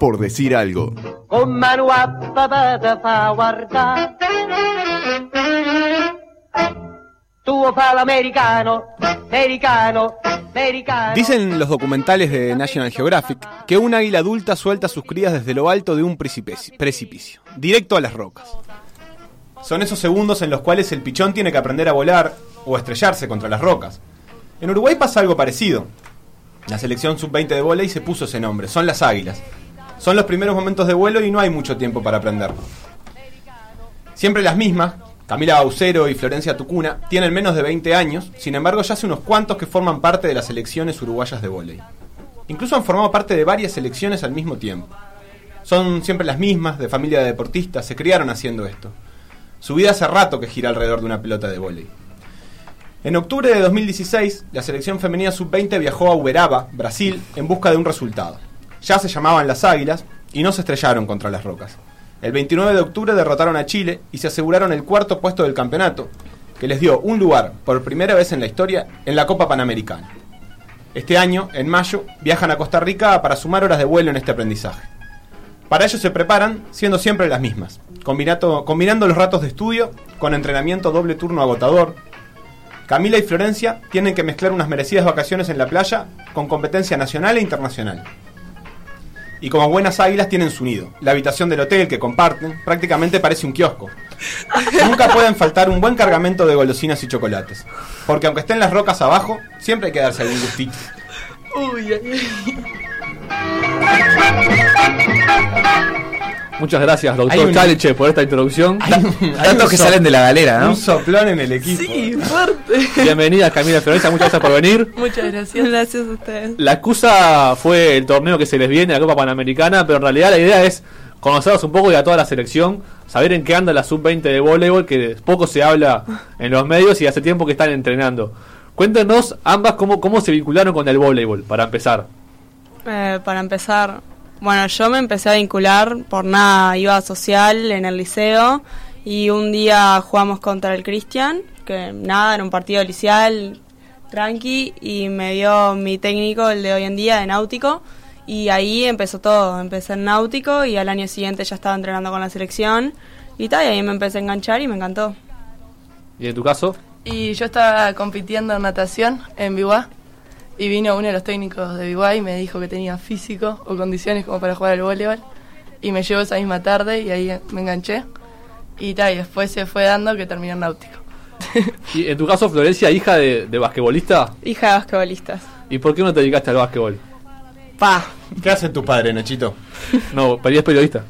por decir algo. americano, americano, americano. Dicen los documentales de National Geographic que un águila adulta suelta sus crías desde lo alto de un precipicio, precipicio, directo a las rocas. Son esos segundos en los cuales el pichón tiene que aprender a volar o a estrellarse contra las rocas. En Uruguay pasa algo parecido. La selección sub-20 de volei se puso ese nombre, son las águilas. Son los primeros momentos de vuelo y no hay mucho tiempo para aprender. Siempre las mismas, Camila Baucero y Florencia Tucuna, tienen menos de 20 años, sin embargo ya hace unos cuantos que forman parte de las selecciones uruguayas de volei. Incluso han formado parte de varias selecciones al mismo tiempo. Son siempre las mismas, de familia de deportistas, se criaron haciendo esto. Su vida hace rato que gira alrededor de una pelota de vóley. En octubre de 2016, la selección femenina sub-20 viajó a Uberaba, Brasil, en busca de un resultado. Ya se llamaban las Águilas y no se estrellaron contra las rocas. El 29 de octubre derrotaron a Chile y se aseguraron el cuarto puesto del campeonato, que les dio un lugar, por primera vez en la historia, en la Copa Panamericana. Este año, en mayo, viajan a Costa Rica para sumar horas de vuelo en este aprendizaje. Para ello se preparan siendo siempre las mismas, combinato- combinando los ratos de estudio con entrenamiento doble turno agotador. Camila y Florencia tienen que mezclar unas merecidas vacaciones en la playa con competencia nacional e internacional. Y como buenas águilas tienen su nido. La habitación del hotel que comparten prácticamente parece un kiosco. Nunca pueden faltar un buen cargamento de golosinas y chocolates. Porque aunque estén las rocas abajo, siempre hay que darse algún gustito. Uy, ay, ay. Muchas gracias, Hay doctor un- Chaleche, por esta introducción. Tantos que so- salen de la galera, Ah, ¿no? Un soplón en el equipo. sí, fuerte. Bienvenida, Camila Florencia, muchas gracias por venir. Muchas gracias. Gracias a ustedes. La excusa fue el torneo que se les viene, la Copa Panamericana, pero en realidad la idea es conocerlos un poco y a toda la selección, saber en qué anda la sub-20 de voleibol, que poco se habla en los medios y hace tiempo que están entrenando. Cuéntenos ambas cómo, cómo se vincularon con el voleibol, para empezar. Eh, para empezar, bueno, yo me empecé a vincular por nada. Iba a social en el liceo y un día jugamos contra el Cristian, que nada, era un partido liceal, tranqui, y me dio mi técnico, el de hoy en día, de náutico. Y ahí empezó todo. Empecé en náutico y al año siguiente ya estaba entrenando con la selección. Y tal, y ahí me empecé a enganchar y me encantó. Y en tu caso, Y yo estaba compitiendo en natación en Biwa y vino uno de los técnicos de Biwa y me dijo que tenía físico o condiciones como para jugar al voleibol y me llevó esa misma tarde y ahí me enganché y tal, y después se fue dando que terminé en náutico. y en tu caso Florencia, hija de, de basquetbolista, Hija de basquetbolistas. ¿y por qué no te dedicaste al basquetbol? Pa. ¿Qué hace tu padre, Nachito? No, pero es periodista.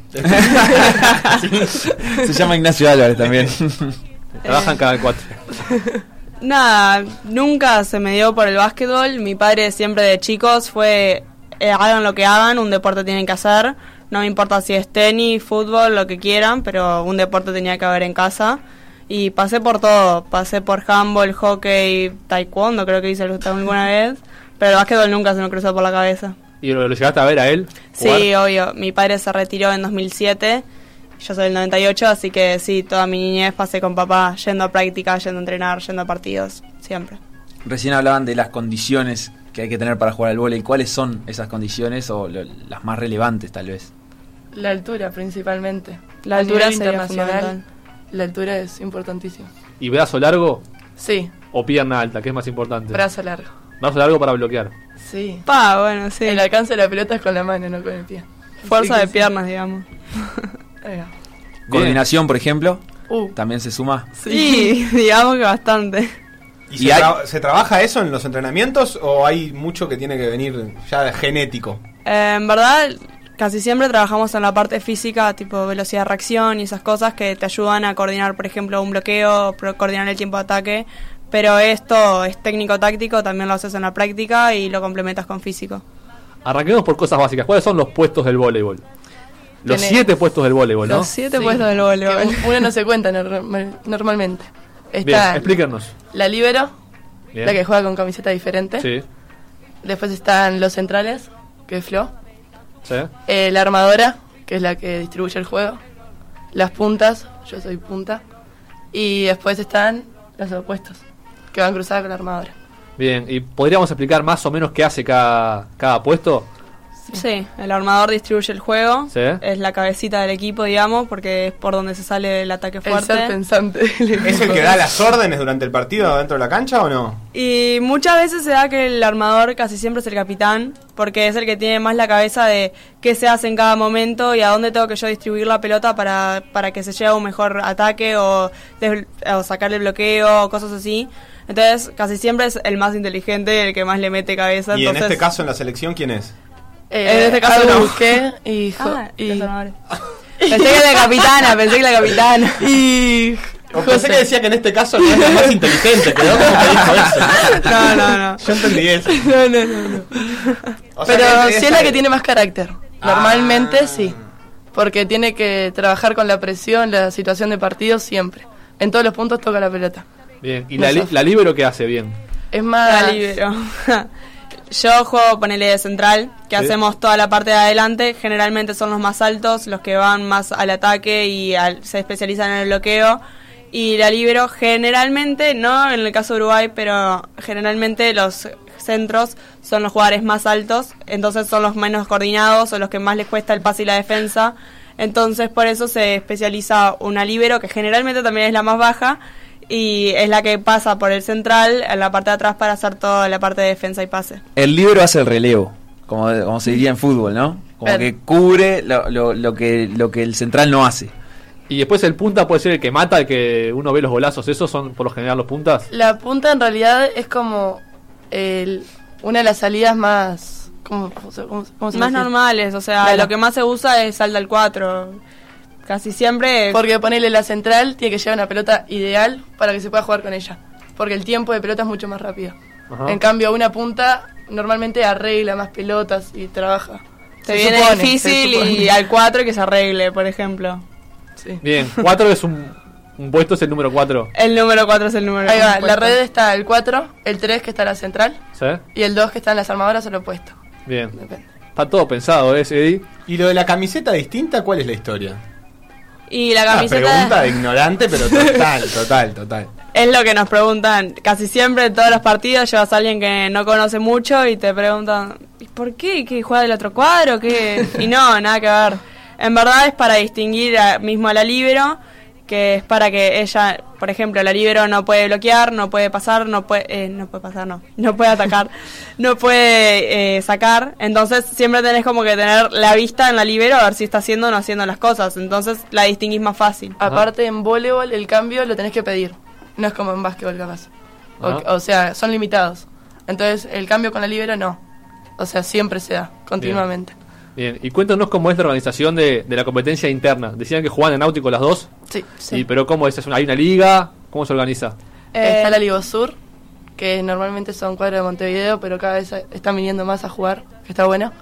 Se llama Ignacio Álvarez también. Trabajan cada cuatro. Nada, nunca se me dio por el básquetbol. Mi padre siempre de chicos fue, eh, hagan lo que hagan, un deporte tienen que hacer. No me importa si es tenis, fútbol, lo que quieran, pero un deporte tenía que haber en casa. Y pasé por todo, pasé por handball, hockey, taekwondo, creo que hice alguna vez. Pero el básquetbol nunca se me cruzó por la cabeza. ¿Y lo, lo llegaste a ver a él? jugar? Sí, obvio. Mi padre se retiró en 2007. Yo soy del 98, así que sí, toda mi niñez pasé con papá yendo a práctica, yendo a entrenar, yendo a partidos, siempre. Recién hablaban de las condiciones que hay que tener para jugar al vóley. ¿Cuáles son esas condiciones o lo- las más relevantes, tal vez? La altura principalmente. La A altura nivel sería fundamental. La altura es importantísima. ¿Y brazo largo Sí, o pierna alta? ¿Qué es más importante? brazo largo. Brazo largo para bloquear. Sí. Pa, bueno, sí. El alcance de la pelota es con la mano, no con el pie. Fuerza Así de que sí. piernas, digamos. Ahí va. Coordinación, por ejemplo, Uh, también se suma. Sí, digamos que bastante. ¿Y, Y se, hay- tra- se trabaja eso en los entrenamientos o hay mucho que tiene que venir ya de genético? Eh, en verdad, casi siempre trabajamos en la parte física, tipo velocidad de reacción y esas cosas que te ayudan a coordinar, por ejemplo, un bloqueo, pro- coordinar el tiempo de ataque. Pero esto es técnico-táctico, también lo haces en la práctica y lo complementas con físico. Arranquemos por cosas básicas. ¿Cuáles son los puestos del voleibol? Los Tenés- siete puestos del voleibol, ¿no? Los siete Sí, puestos del ¿eh? voleibol. que Uno no se cuenta normal- normalmente. Bien, Está explíquenos. la libero, Bien. la que juega con camiseta diferente. Sí, Después están los centrales, que es Flo. sí. Eh, la armadora, que es la que distribuye el juego. Las puntas, yo soy punta. Y después están los opuestos, que van cruzadas con la armadora. Bien, ¿y podríamos explicar más o menos qué hace cada, cada puesto? Sí, el armador distribuye el juego. Sí. Es la cabecita del equipo, digamos, porque es por donde se sale el ataque El ser fuerte. pensante. del ¿Es el equipo. que da las órdenes durante el partido dentro de la cancha o no? Y muchas veces se da que el armador casi siempre es el capitán, porque es el que tiene más la cabeza de qué se hace en cada momento y a dónde tengo que yo distribuir la pelota para, para que se llegue a un mejor ataque o, des- o sacar el bloqueo o cosas así. Entonces, casi siempre es el más inteligente, el que más le mete cabeza. Y en entonces- este caso en la selección, ¿quién es? Eh, En este caso Abu no. Buqué y, Jo- Ah, y- los armadores. Pensé que era la capitana, pensé que era la capitana. y O pensé que decía que en este caso no es la más inteligente, quedó como que dijo eso. No, no, no. Yo entendí eso. No, no, no, no. O sea, Pero que Ah. sí es la que esta- tiene más carácter. Normalmente sí. Porque tiene que trabajar con la presión, la situación de partido siempre. En todos los puntos toca la pelota. Bien. ¿Y la, li- la libero que hace bien? Es La más. libero. Yo juego, ponele de central, que Sí. hacemos toda la parte de adelante. Generalmente son los más altos, los que van más al ataque y al- se especializan en el bloqueo. Y la libero generalmente, no en el caso de Uruguay, pero generalmente los centros son los jugadores más altos, entonces son los menos coordinados o los que más les cuesta el pase y la defensa. Entonces por eso se especializa una libero, que generalmente también es la más baja, y es la que pasa por el central a la parte de atrás para hacer toda la parte de defensa y pase. El libro hace el relevo, como, como se diría en fútbol, ¿no? Como Claro. que cubre lo, lo- lo que, lo que el central no hace. Y después el punta puede ser el que mata, el que uno ve los golazos. ¿Esos son por lo general los puntas? La punta en realidad es como el- una de las salidas más. ¿Cómo, se- cómo se- cómo se Más dice? normales, o sea, Claro. lo que más se usa es salda al 4. Casi siempre Porque ponerle la central tiene que llevar una pelota ideal para que se pueda jugar con ella. Porque el tiempo de pelota es mucho más rápido. Ajá. En cambio, una punta normalmente arregla más pelotas y trabaja. se Se viene supone, se difícil y supone. al 4 que se arregle, por ejemplo. Sí. Bien. Cuatro es un, un puesto, es el número cuatro. El número 4 es el número. Ahí que va, hemos la puesto. red está el 4, el 3 que está la central ¿Sí? y el 2 que está en las armadoras o lo opuesto. Bien. Depende. Está todo pensado, ¿eh, Eddie? ¿Y lo de la camiseta distinta, cuál es la historia? Y la Una pregunta camiseta de ignorante, pero total, total, total. es lo que nos preguntan. Casi siempre en todos los partidos llevas a alguien que no conoce mucho y te preguntan, "¿Y ¿por qué? ¿Que juega del otro cuadro? ¿Qué?" Y no, nada que ver. En verdad es para distinguir a- mismo a la libero, que es para que ella, por ejemplo, la libero no puede bloquear, no puede pasar, no puede, eh, no puede pasar, no, no puede atacar, no puede eh, sacar. Entonces siempre tenés como que tener la vista en la libero a ver si está haciendo o no haciendo las cosas. Entonces la distinguís más fácil. Aparte, en voleibol el cambio lo tenés que pedir. No es como en básquetbol capaz. O, Ajá. o sea, son limitados. Entonces, el cambio con la libero no. O sea, siempre se da, continuamente. Bien. Y cuéntanos cómo es la organización de, de la competencia interna. Decían que jugaban en náutico las dos. Sí. Y- pero ¿cómo es? ¿Es una- ¿Hay una liga? ¿Cómo se organiza? Está Eh, la Ligosur, que normalmente son cuadros de Montevideo, pero cada vez están viniendo más a jugar, que está bueno.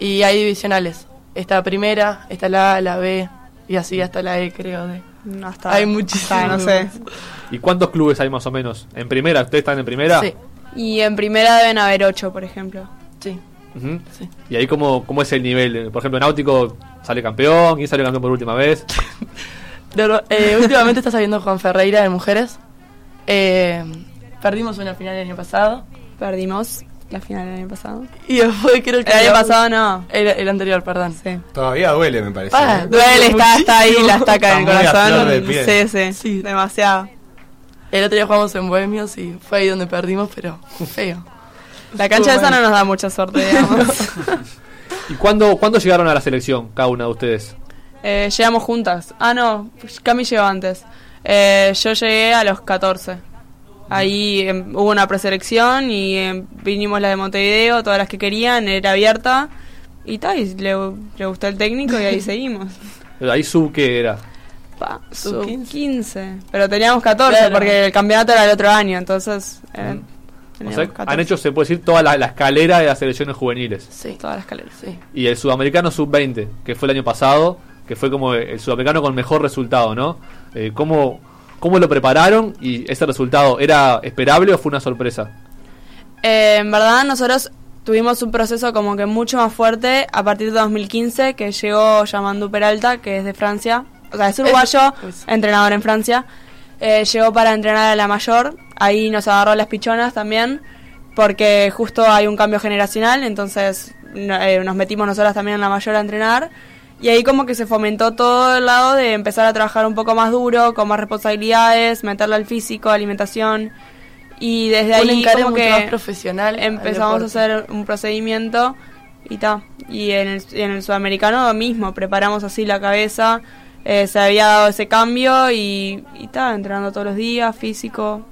Y hay divisionales. Está primera, está la A, la B, y así hasta la E, creo. de- No, hasta, Hay muchísimos. hasta, no sé. ¿Y cuántos clubes hay más o menos? ¿En primera? ¿Ustedes están en primera? Sí, Y en primera deben haber ocho, por ejemplo. sí. Ujú. Sí. ¿Y ahí cómo, cómo es el nivel? Por ejemplo, Náutico sale campeón, ¿quién sale campeón por última vez? De verdad, eh, últimamente está saliendo Juan Ferreira de mujeres. Eh, perdimos una final el año pasado. Perdimos la final del año pasado. Y después creo que. El año pasado no. El, el anterior, perdón. Sí. Todavía duele, me parece. Pa, ¿eh? Duele, está, está ahí la estaca en el Está muy a flor corazón. de Sí, piel. sí, Demasiado. El otro día jugamos en Bohemios y fue ahí donde perdimos, pero feo. La cancha Estuvo esa mal. no nos da mucha suerte, digamos. ¿Y cuándo, cuándo llegaron a la selección cada una de ustedes? Eh, llegamos juntas. Ah, no, Cami llegó antes. Eh, yo llegué a los 14. Ahí em, hubo una preselección y em, vinimos las de Montevideo, todas las que querían, era abierta. Y tal, y le, le gustó el técnico y ahí seguimos. Ahí sub que era. Pa, Sub sub 15. 15. Pero teníamos 14 Claro. porque el campeonato era el otro año, entonces. eh, Ujú. Mm. O teníamos sea, 14. han hecho, se puede decir, toda la, la escalera de las selecciones juveniles. Sí. todas las calorías. Sí. Y el sudamericano sub-20, que fue el año pasado, que fue como el sudamericano con mejor resultado, ¿no? Eh, ¿cómo, ¿Cómo lo prepararon y ese resultado era esperable o fue una sorpresa? Eh, en verdad, nosotros tuvimos un proceso como que mucho más fuerte a partir de 2015, que llegó Yamandu Peralta, que es de Francia, o sea, es uruguayo, Es- pues. entrenador en Francia. Eh, llegó para entrenar a la mayor, ahí nos agarró las pichonas también, porque justo hay un cambio generacional, entonces no- eh, nos metimos nosotras también en la mayor a entrenar. Y ahí como que se fomentó todo el lado de empezar a trabajar un poco más duro, con más responsabilidades, meterle al físico, alimentación. Y desde un ahí encare como mucho que más profesional. al empezamos a deporte. hacer un procedimiento y ta. Y en el, y en el sudamericano lo mismo, preparamos así la cabeza, eh, se había dado ese cambio y, y ta, entrenando todos los días, físico,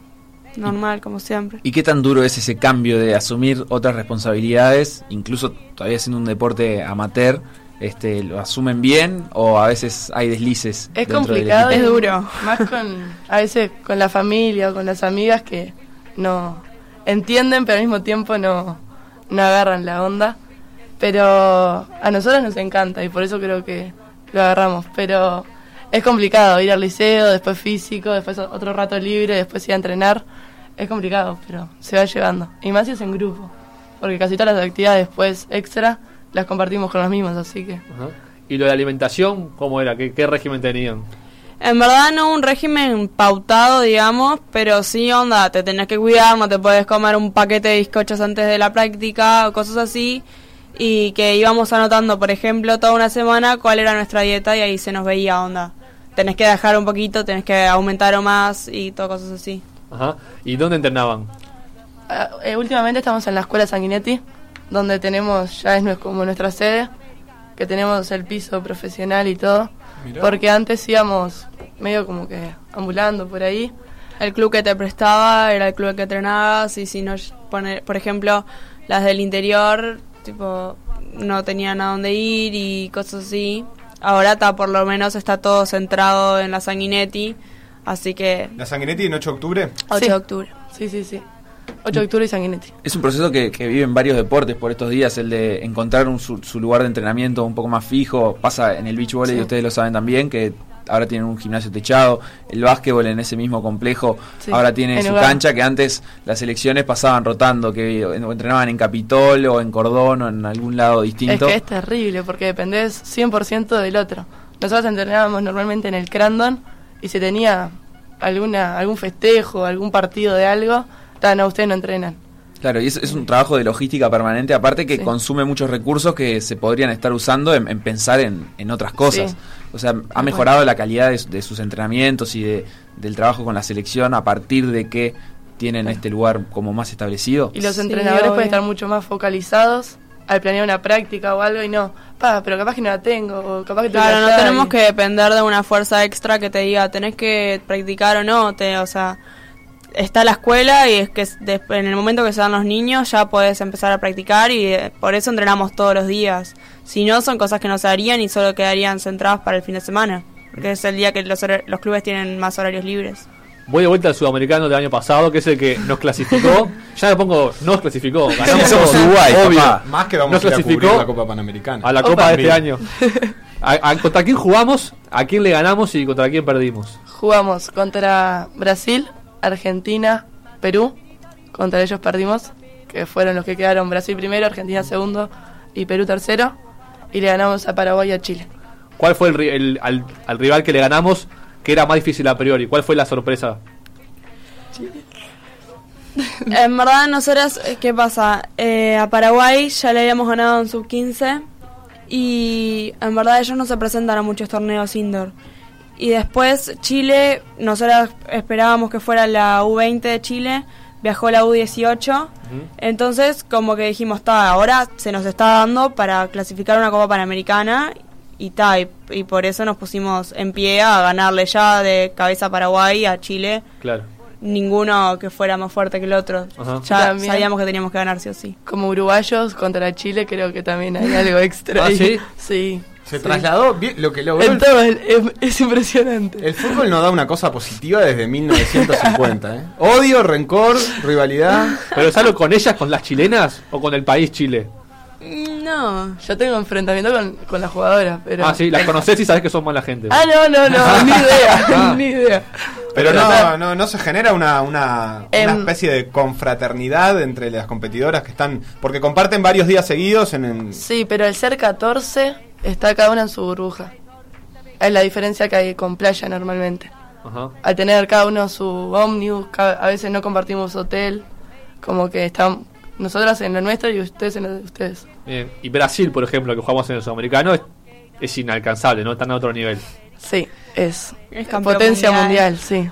normal, como siempre. ¿Y qué tan duro es ese cambio de asumir otras responsabilidades, incluso todavía siendo un deporte amateur? Este, ¿Lo asumen bien o a veces hay deslices? Es dentro del complicado, equipo? Es y duro. Más con, a veces con la familia o con las amigas que no entienden, pero al mismo tiempo no, no agarran la onda. Pero a nosotros nos encanta y por eso creo que lo agarramos. Pero es complicado ir al liceo, después físico, después o- otro rato libre, después ir a entrenar. Es complicado, pero se va llevando. Y más si es en grupo, porque casi todas las actividades después extra las compartimos con los mismos, así que... Ajá. ¿Y lo de alimentación? ¿Cómo era? ¿Qué, qué régimen tenían? En verdad no un régimen pautado, digamos, pero sí onda, te tenés que cuidar, no te puedes comer un paquete de bizcochos antes de la práctica o cosas así. Y que íbamos anotando, por ejemplo, toda una semana cuál era nuestra dieta y ahí se nos veía onda. Tenés que dejar un poquito, tenés que aumentar o más y todo cosas así. Ajá. ¿Y dónde entrenaban? Ah, eh, últimamente estamos en la escuela Sanguinetti, donde tenemos, ya es nue- como nuestra sede, que tenemos el piso profesional y todo. Porque antes íbamos medio como que ambulando por ahí. El club que te prestaba era el club que entrenabas y si no, pone- por ejemplo, las del interior, tipo, no tenían a dónde ir y cosas así. Ahora está, por lo menos está todo centrado en la Sanguinetti, así que La Sanguinetti en 8 de octubre. 8 Sí. de octubre. Sí, sí, sí. 8 de octubre y Sanguinetti. Es un proceso que, que viven varios deportes por estos días, el de encontrar un, su, su lugar de entrenamiento un poco más fijo. Pasa en el beach volley, y ustedes lo saben también, que ahora tienen un gimnasio techado. El básquetbol en ese mismo complejo Sí, ahora tiene en su lugar. cancha, que antes las selecciones pasaban rotando, que entrenaban en Capitol o en Cordón o en algún lado distinto. Es que es terrible porque dependés 100% del otro. Nosotros entrenábamos normalmente en el Crandon y si tenía alguna algún festejo, algún partido de algo, tan no, ustedes no entrenan. Claro, y es, es un trabajo de logística permanente, aparte que Sí. consume muchos recursos que se podrían estar usando en, en pensar en, en otras cosas. Sí. O sea, ha mejorado la calidad de, su- de sus entrenamientos y de, del trabajo con la selección a partir de que tienen este lugar como más establecido. Y los Sí, entrenadores obvio. pueden estar mucho más focalizados al planear una práctica o algo y no, pa, pero capaz que no la tengo, o capaz que tengo Claro, que no allá", tenemos y- que depender de una fuerza extra que te diga, tenés que practicar o no, te, o sea, está la escuela y es que es des- en el momento que se dan los niños ya podés empezar a practicar y eh, por eso entrenamos todos los días. Si no, son cosas que no se harían y solo quedarían centradas para el fin de semana, que es el día que los, hora- los clubes tienen más horarios libres. Voy de vuelta al sudamericano del año pasado, que es el que nos clasificó. ya me pongo, nos clasificó. Ganamos somos todos, Uruguay, obvio. papá. Más que vamos Nos a ir a cubrir clasificó la Copa Panamericana. A la Copa Opa. de este año. A- a- ¿Contra quién jugamos? ¿A quién le ganamos y contra quién perdimos? Jugamos contra Brasil, Argentina, Perú, contra ellos perdimos, que fueron los que quedaron Brasil primero, Argentina segundo y Perú tercero, y le ganamos a Paraguay y a Chile. ¿Cuál fue el, ri- el- al, al rival que le ganamos que era más difícil a priori? ¿Cuál fue la sorpresa? En verdad, nosotras, eh, ¿qué pasa? Eh, a Paraguay ya le habíamos ganado en sub-15 y en verdad ellos no se presentan a muchos torneos indoor. Y después Chile, nosotras esperábamos que fuera la U20 de Chile, viajó la U18, entonces como que dijimos, está, ahora se nos está dando para clasificar una Copa Panamericana y ta, y, y por eso nos pusimos en pie a ganarle ya de cabeza a Paraguay, a Chile Claro. ninguno que fuera más fuerte que el otro. Ajá. Ya También. sabíamos que teníamos que ganar sí o sí. Como uruguayos contra Chile creo que también hay algo extra. ¿Ah, ahí. sí? Sí. Se sí. trasladó bien lo que logró. El, Entonces, es, es impresionante. el fútbol nos da una cosa positiva desde 1950. ¿eh? Odio, rencor, rivalidad. ¿Pero es algo con ellas, con las chilenas o con el país Chile? No. Yo tengo enfrentamiento con, con las jugadoras, pero... Ah, sí, las conoces y sabes que son mala gente. Ah, no, no, no, ni Ah. idea, ni idea. Pero no, no, no se genera una, una, una Em. especie de confraternidad entre las competidoras que están. Porque comparten varios días seguidos en. en- Sí, pero al ser 14 está cada una en su burbuja. Es la diferencia que hay con playa normalmente. Ajá. Al tener cada uno su ómnibus, ca- a veces no compartimos hotel, como que está Nosotras en lo nuestro y ustedes en lo de ustedes. Bien. Y Brasil, por ejemplo, que jugamos en el Sudamericano, es, es inalcanzable, ¿no? Están a otro nivel. Sí, es. Es campeón Potencia mundial, mundial. sí.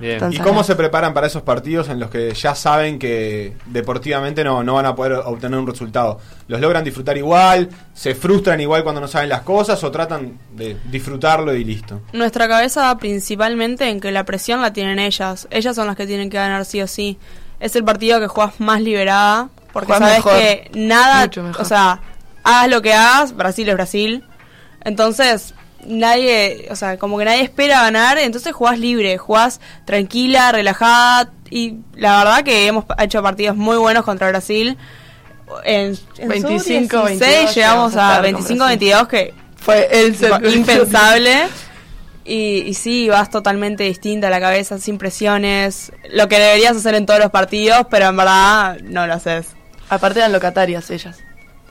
Bien. Ah, Tan- ¿Y cómo se preparan para esos partidos en los que ya saben que deportivamente no, no van a poder obtener un resultado? ¿Los logran disfrutar igual? ¿Se frustran igual cuando no saben las cosas? ¿O tratan de disfrutarlo y listo? Nuestra cabeza va principalmente en que la presión la tienen ellas. Ellas son las que tienen que ganar sí o sí. Es el partido que juegas más liberada. Porque Jugás sabes mejor. que nada. Mucho mejor. O sea, hagas lo que hagas, Brasil es Brasil. Entonces, nadie. O sea, como que nadie espera ganar. Entonces jugás libre, jugás tranquila, relajada. Y la verdad que hemos hecho partidos muy buenos contra Brasil. En, en 25, 22, llegamos llegamos a a estar con 25-22, que Fue el Tipo, impensable. Y, y sí, vas totalmente distinta a la cabeza, sin presiones. Lo que deberías hacer en todos los partidos, pero en verdad no lo haces. Aparte eran locatarias ellas.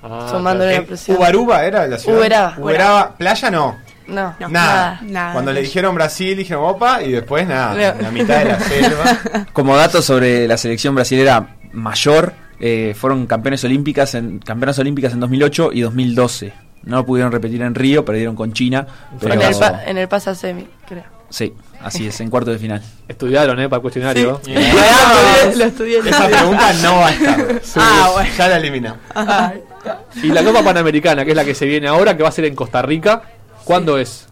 Ah, sumándole la ¿En presión. ¿Ubaruba era la ciudad? Uberaba. Uberaba. ¿Playa no? No, No. nada. nada. Nada. Cuando le dijeron Brasil, dijeron opa, y después nada, No. la mitad de la selva. Como dato sobre la selección brasilera mayor, eh, fueron campeones olímpicas en, campeonas olímpicas en 2008 y 2012. No lo pudieron repetir en Río, perdieron con China. Pero, En el, pa- en el pase a semi, creo. sí, así es, en cuarto de final. Estudiaron, ¿eh? Para el cuestionario. Lo estudié en el Esa pregunta no va a estar. Ah, bueno. Ya la eliminamos. Y la Copa Panamericana, que es la que se viene ahora, que va a ser en Costa Rica. ¿Cuándo es?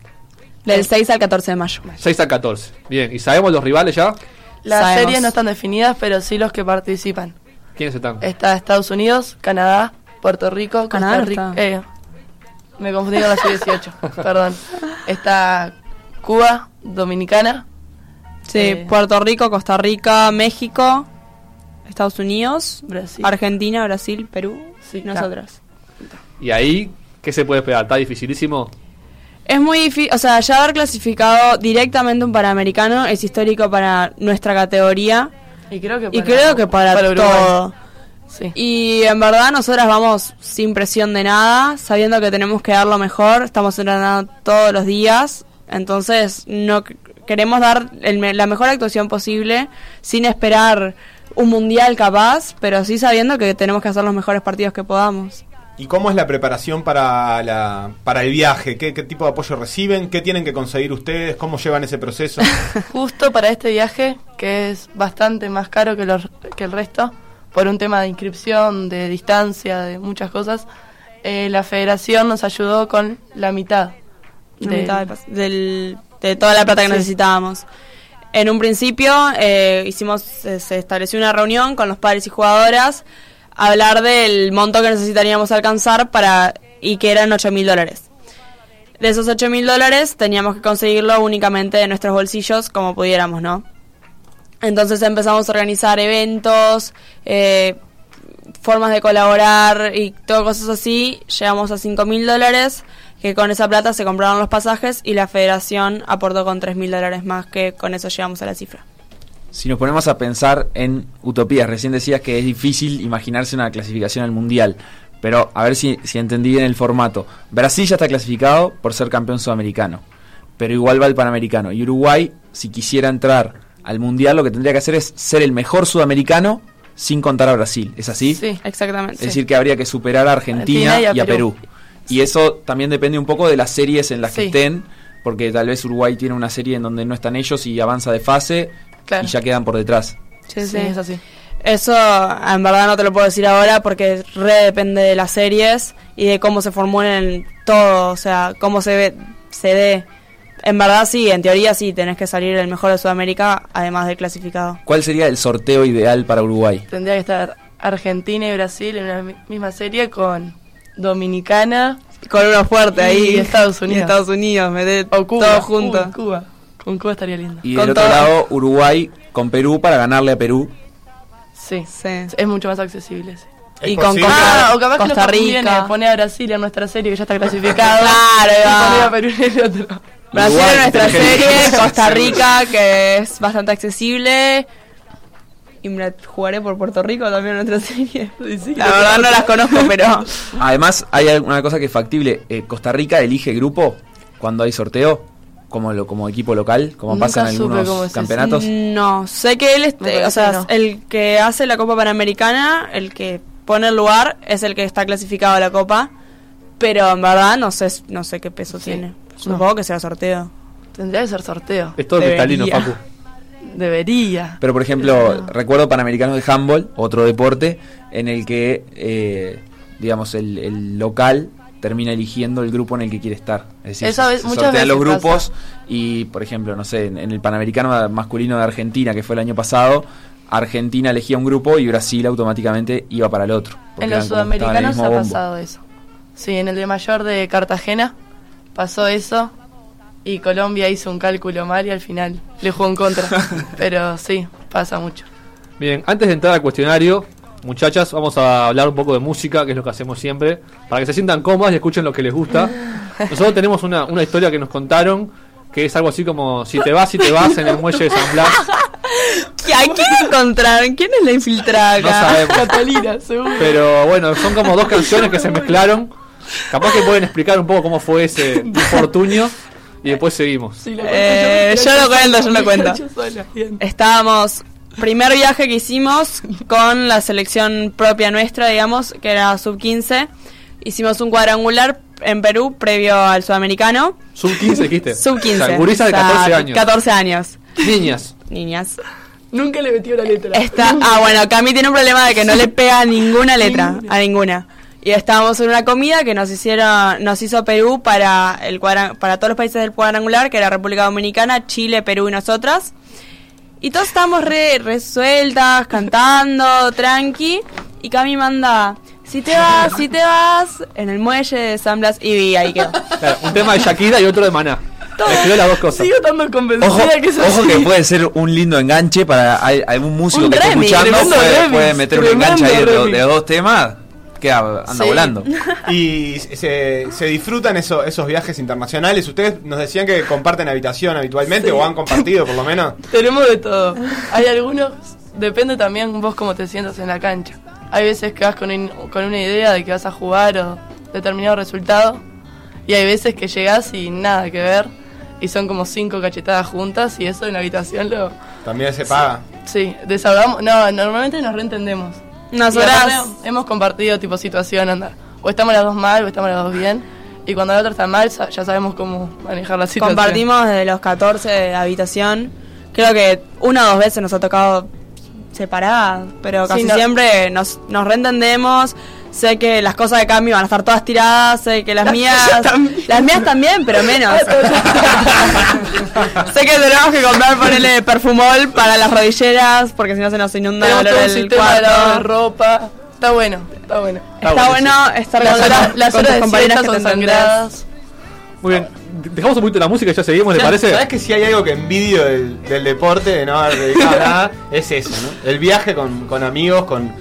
Del 6 al 14 de mayo. 6 a 14. Bien. ¿Y sabemos los rivales ya? Las Sabemos. series no están definidas, pero sí los que participan. ¿Quiénes están? Está Estados Unidos, Canadá, Puerto Rico, Canadá Costa no Rica. está. eh, me confundí con la sub-18, perdón. Está Cuba, Dominicana, Sí, Eh. Puerto Rico, Costa Rica, México, Estados Unidos, Brasil. Argentina, Brasil, Perú Sí, y nosotras. ¿Y ahí qué se puede esperar? ¿Está dificilísimo? Es muy difícil, o sea, ya haber clasificado directamente un Panamericano es histórico para nuestra categoría Y creo que y creo que para, Uruguay. todo. Sí. Y en verdad nosotras vamos sin presión de nada, sabiendo que tenemos que dar lo mejor, estamos entrenando todos los días, entonces no c- queremos dar el me- la mejor actuación posible sin esperar un mundial capaz, pero sí sabiendo que tenemos que hacer los mejores partidos que podamos. ¿Y cómo es la preparación para, la, para el viaje? ¿Qué, ¿Qué tipo de apoyo reciben? ¿Qué tienen que conseguir ustedes? ¿Cómo llevan ese proceso? Justo para este viaje, que es bastante más caro que, los- que el resto, por un tema de inscripción, de distancia, de muchas cosas, eh, la federación nos ayudó con la mitad. La del- mitad de pas- del- de toda la plata que Sí. necesitábamos. En un principio eh, hicimos se, se estableció una reunión con los padres y jugadoras a hablar del monto que necesitaríamos alcanzar para y que eran 8 mil dólares. De esos 8 mil dólares teníamos que conseguirlo únicamente de nuestros bolsillos como pudiéramos, ¿no? Entonces empezamos a organizar eventos, eh, formas de colaborar y todo cosas así. Llegamos a 5 mil dólares, que con esa plata se compraron los pasajes y la federación aportó con 3 mil dólares más, que con eso llegamos a la cifra. Si nos ponemos a pensar en utopías, recién decías que es difícil imaginarse una clasificación al mundial, pero a ver si, si entendí bien el formato. Brasil ya está clasificado por ser campeón sudamericano, pero igual va el panamericano. Y Uruguay, si quisiera entrar al mundial, lo que tendría que hacer es ser el mejor sudamericano sin contar a Brasil. ¿Es así? Sí. Exactamente. Es decir, que habría que superar a Argentina, Argentina y a, Perú. Y eso también depende un poco de las series en las que Sí. estén, porque tal vez Uruguay tiene una serie en donde no están ellos y avanza de fase Claro. y ya quedan por detrás. Sí, sí. Sí, es así. Eso en verdad no te lo puedo decir ahora porque re depende de las series y de cómo se formulen todo, o sea, cómo se, ve, se dé. En verdad sí, en teoría sí, tenés que salir el mejor de Sudamérica, además del clasificado. ¿Cuál sería el sorteo ideal para Uruguay? Tendría que estar Argentina y Brasil en una mi- misma serie con Dominicana Con uno fuerte Y ahí. Estados Unidos. Y Estados Unidos, meté o Cuba. todo junto. Uy, Cuba. Con Cuba estaría lindo. Y Con del otro todo. lado, Uruguay con Perú para ganarle a Perú. Sí. Sí. Es mucho más accesible. sí. ¿Es Y con posible? Costa- Ah, o capaz que Costa nos conviene Rica. poner a Brasil en nuestra serie que ya está clasificado. Claro, ahí y va. poner a Perú en el otro. Brasil Uruguay, en nuestra inteligente. serie, Costa Rica, que es bastante accesible. Y mira, jugaré por Puerto Rico también en nuestra serie. La verdad no las conozco, pero. Además, hay alguna cosa que es factible. Eh, Costa Rica elige grupo cuando hay sorteo. como, lo, como equipo local, como Nunca pasa en supe cómo algunos es eso. Mm, campeonatos? No, sé que él, Me este, parece o sea, que no. el que hace la Copa Panamericana, el que pone el lugar, es el que está clasificado a la Copa. Pero en verdad no sé, no sé qué peso Sí. tiene. No. Supongo que sea sorteo. Tendría que ser sorteo. Es todo Debería. metalino, Facu. Debería. Pero por ejemplo, recuerdo Panamericanos de Handball, otro deporte, en el que, eh, digamos, el, el local termina eligiendo el grupo en el que quiere estar. Es decir, Esa se- vez- se muchas sortean los veces grupos y, por ejemplo, no sé, en, en el Panamericano masculino de Argentina, que fue el año pasado, Argentina elegía un grupo y Brasil automáticamente iba para el otro. porque En los eran como que estaban en el sudamericanos mismo ha bombo. pasado eso. Sí, en el de mayor de Cartagena pasó eso y Colombia hizo un cálculo mal y al final le jugó en contra. Pero sí, pasa mucho. Bien, antes de entrar al cuestionario, muchachas, vamos a hablar un poco de música, que es lo que hacemos siempre, para que se sientan cómodas y escuchen lo que les gusta. Nosotros tenemos una, una historia que nos contaron, que es algo así como, si te vas, si te vas en el muelle de San Blas, ¿A quién encontraron? ¿Quién es la infiltrada no acá? sabemos. Catalina, seguro. Pero bueno, son como dos canciones que se mezclaron. Capaz que pueden explicar un poco cómo fue ese infortunio y después seguimos. Sí, lo Eh, cuento yo lo sola, cuento, yo lo cuento. yo sola, bien. Estábamos, primer viaje que hicimos con la selección propia nuestra, digamos, que era sub-15. Hicimos un cuadrangular en Perú previo al sudamericano. Sub 15 dijiste. Sub-15. Este, O sea, gurisas de O sea, 14 años. 14 años, Niñas. niñas. Nunca le metió la letra. Este- Está, ah, bueno, Cami tiene un problema de que no le pega ninguna letra, a ninguna. Y estábamos en una comida que nos hicieron, nos hizo Perú para el cuadra- para todos los países del cuadrangular, que era República Dominicana, Chile, Perú y nosotras. Y todos estábamos re, resueltas, cantando, tranqui. Y Cami manda, si te vas, si te vas, en el muelle de San Blas. Y vi, ahí quedó. Claro, un tema de Shakira y otro de Maná. Mezcló las dos cosas. Sigo estando convencida Ojo, que es ojo así. que puede ser un lindo enganche para al- algún músico Un que esté remix, escuchando. tremendo Puede, remix, puede meter un tremendo enganche ahí de, remix. de dos temas. Queda, anda Sí. volando. Y se, se disfrutan eso- esos viajes internacionales. Ustedes nos decían que comparten habitación habitualmente Sí. o han compartido por lo menos. Tenemos de todo. Hay algunos, depende también vos cómo te sientas en la cancha. Hay veces que vas con, un- con una idea de que vas a jugar o determinado resultado. Y hay veces que llegás y nada que ver. Y son como cinco cachetadas juntas y eso en la habitación lo... También se paga. Sí, desahogamos. No, normalmente nos reentendemos. Y Nosotras, aparte hemos compartido tipo situación, anda. O estamos las dos mal o estamos las dos bien. Y cuando la otra está mal sa- ya sabemos cómo manejar la situación. Compartimos desde los 14 de habitación. Creo que una o dos veces nos ha tocado separadas, pero Sí, casi no- siempre nos, nos reentendemos. Sé que las cosas de Cami van a estar todas tiradas, sé que las, mías. Las mías también, pero menos. sé que tenemos que comprar ponerle perfumol para las rodilleras, porque si no se nos inunda el Tenemos olor todo un del sistema de cuarto. lavar ropa. Está bueno, está bueno. Está bueno estar Las con- horas, las con tus horas de compañeras siesta que son te entendés. sangradas. Muy bien. Dejamos un poquito la música y ya seguimos, ¿le parece? ¿Sabes que si hay algo que envidio del, del deporte, de no haber dedicado a nada? Es eso, ¿no? El viaje con, con amigos, con,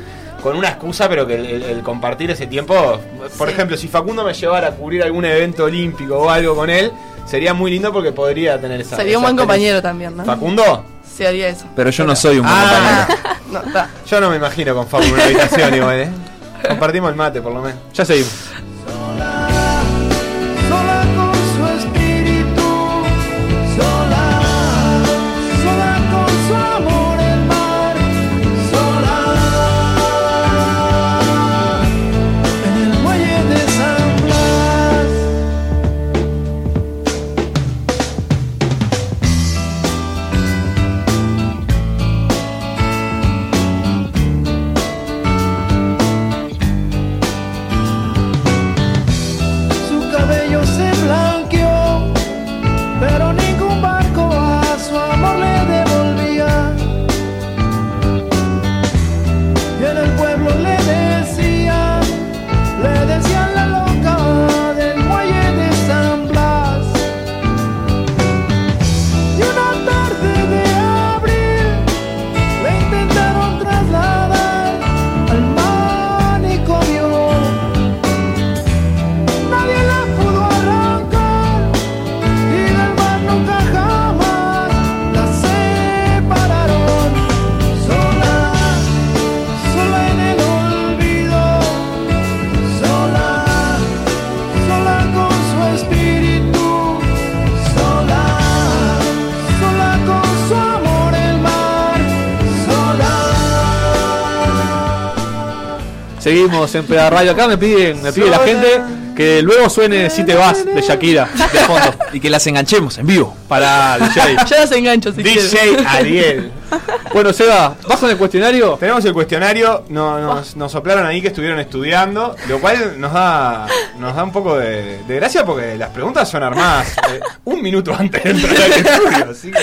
con una excusa, pero que el, el- el compartir ese tiempo. Por Sí. ejemplo, si Facundo me llevara a cubrir algún evento olímpico o algo con él, sería muy lindo porque podría tener esa. Sería un esa buen experiencia. compañero también, ¿no? ¿Facundo? Sí, haría eso. Pero yo no soy un buen Ah. compañero. No, está. Yo no me imagino con Facundo en una habitación igual, ¿eh? Compartimos el mate, por lo menos. Ya seguimos. sola con su espíritu, sola, sola con su amor el mar, sola. En el muelle de San Blas. Seguimos en Peda Radio. Acá me piden, me pide la gente que luego suene Si te vas de Shakira de fondo Y que las enganchemos en vivo. para DJ. Yo las engancho si quieres. DJ Ariel. Bueno, Seba, ¿vas con el cuestionario? Tenemos el cuestionario, no, nos, nos soplaron ahí que estuvieron estudiando, lo cual nos da, nos da un poco de, de gracia porque las preguntas son armadas eh, un minuto antes de entrar al estudio, así que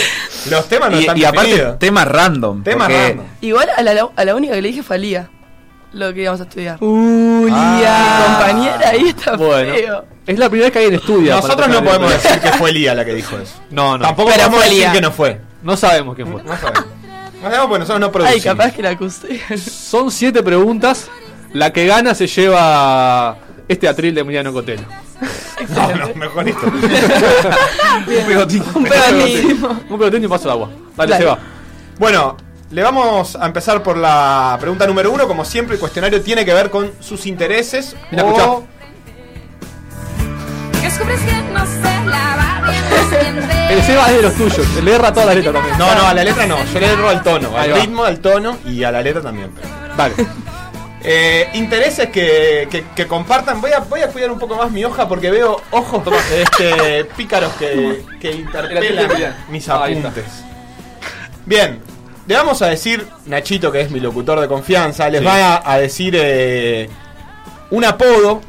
los temas no Y, están y aparte, definidos. temas random. temas porque random. Igual a la, a la única que le dije fue a Lía. Lo que íbamos a estudiar. Uh. Ah. Mi compañera ahí está Bueno, feo. es la primera vez que alguien estudia. Nosotros para no tocar el podemos piano. decir que fue Lía la que dijo eso. No, no. Tampoco Pero podemos fue decir Lía. que no fue. No sabemos quién fue. No sabemos. No sabemos porque nosotros no Ay, producimos. capaz que la acusé. Son siete preguntas. La que gana se lleva este atril de Emiliano Cotelo. No, no, mejor esto. Un pedazo. Un pelotín y un paso de agua. Dale, Dale. Seba. Bueno, le vamos a empezar por la pregunta número uno. Como siempre, el cuestionario tiene que ver con sus intereses Mira, o El Seba es de los tuyos. Le erra todas las letras también. No, no, a la letra no. Yo le erro al tono, Ahí al va. ritmo, al tono y a la letra también. Dale. Eh, intereses que, que- que compartan. Voy a, voy a cuidar un poco más mi hoja porque veo ojos este, pícaros que, que interpelan mis Ahí está. apuntes. Bien, le vamos a decir, Nachito, que es mi locutor de confianza, les Sí. va a, a decir eh, un apodo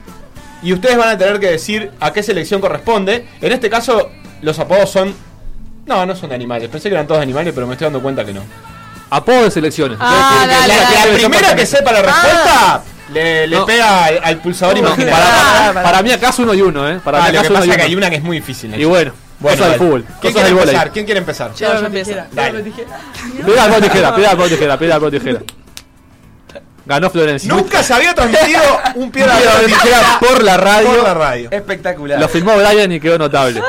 y ustedes van a tener que decir a qué selección corresponde. En este caso, los apodos son. No, no son de animales. Pensé que eran todos animales, pero me estoy dando cuenta que no. Apodo de selecciones. Ah, Entonces, dale, que- dale. que- Este, La que- primera que sepa la respuesta le, le Ah. No. pega al, al pulsador No, para, imaginario. para, para mí acá es uno y uno, ¿eh? Para Ah, mí lo acá que es uno pasa y es uno. que hay una que es muy difícil. Nacho. Y bueno, cosas del dale. fútbol. ¿Quién Cosas quiere del empezar? volei. ¿Quién quiere empezar? Yo, yo empiezo. Dale. Pega al tijera, pega al tijera, pega al tijera. Ganó Florencia. Nunca se había transmitido un piedra Piedra, papel, tijera por la radio. por la radio. Espectacular. Lo filmó Brian y quedó notable.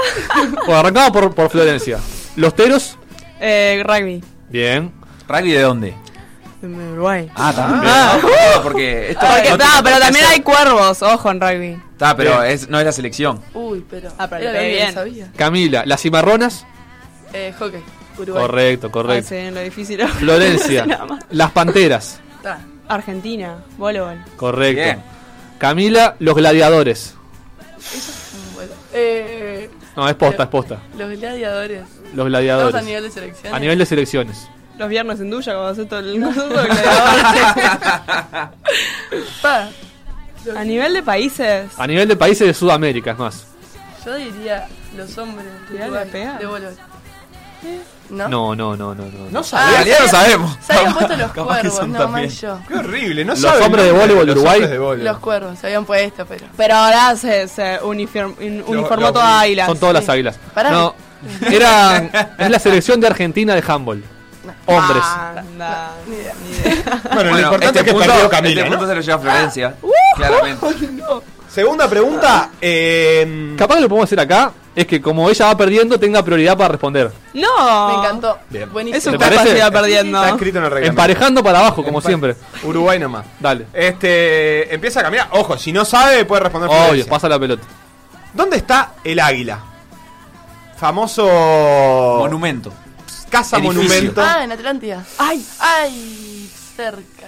Bueno, arrancamos por, por Florencia. Los teros. Eh, rugby. Bien. ¿Rugby de dónde? De Uruguay. Ah, también. No, porque Ah, esto Porque, Ah, no no, te- pero también hay cuervos, ojo, en rugby. Está, pero es, no es la selección. Uy, pero. Ah, pero era le lo pegué único que bien. sabía. Camila, las cimarronas. Eh, hockey. Uruguay. Correcto, correcto. Hacen lo difícil. ahora. Florencia, Nada más. las panteras. Ta. Argentina, voleibol. Correcto. Bien. Camila, los gladiadores. Bueno. Eh, No, es posta, es posta. los gladiadores. Los Estamos gladiadores. a nivel de selección. A nivel de selecciones. Los viernes en Duya, cuando haces todo el todo el gladiador. Pa, A nivel de países. A nivel de países de Sudamérica, es más. yo diría los hombres de, Mirá, le Uruguay, pega. ¿Eh? de voleibol. ¿No? No, no, no, no, no. no. No sabía. realidad no sabemos. Se habían puesto los Capaz que cuervos, son no también. más yo. Qué horrible. No Los sabe el hombres de nombre voleibol los Uruguay. hombres de voleibol. Los cuervos, se habían puesto, pero. Pero ahora se, se uniform- un- uniformó los- toda Águila. Son todas las águilas. Pará. No. Eran, es la selección de Argentina de handball. Hombres. Anda. Bueno, lo importante este es que punto, perdió Camila, este punto ¿no? se lo lleva Florencia. Ah. claramente. Uh-huh. Segunda pregunta. eh, Capaz que lo podemos hacer acá es que como ella va perdiendo, tenga prioridad para responder. No. Me encantó. Bien. Ah. Es Buenísimo. un ¿Te parece? capacidad perdiendo. Está escrito en el reglamento. Emparejando para abajo, como Empa- siempre. Uruguay nomás. Dale. Este, empieza a caminar. Ojo, si no sabe, puede responder Obvio, Florencia. pasa la pelota. ¿Dónde está el águila? Famoso. Monumento. Casa Edificio. monumento. Ah, en Atlántida. Ay, ay, cerca.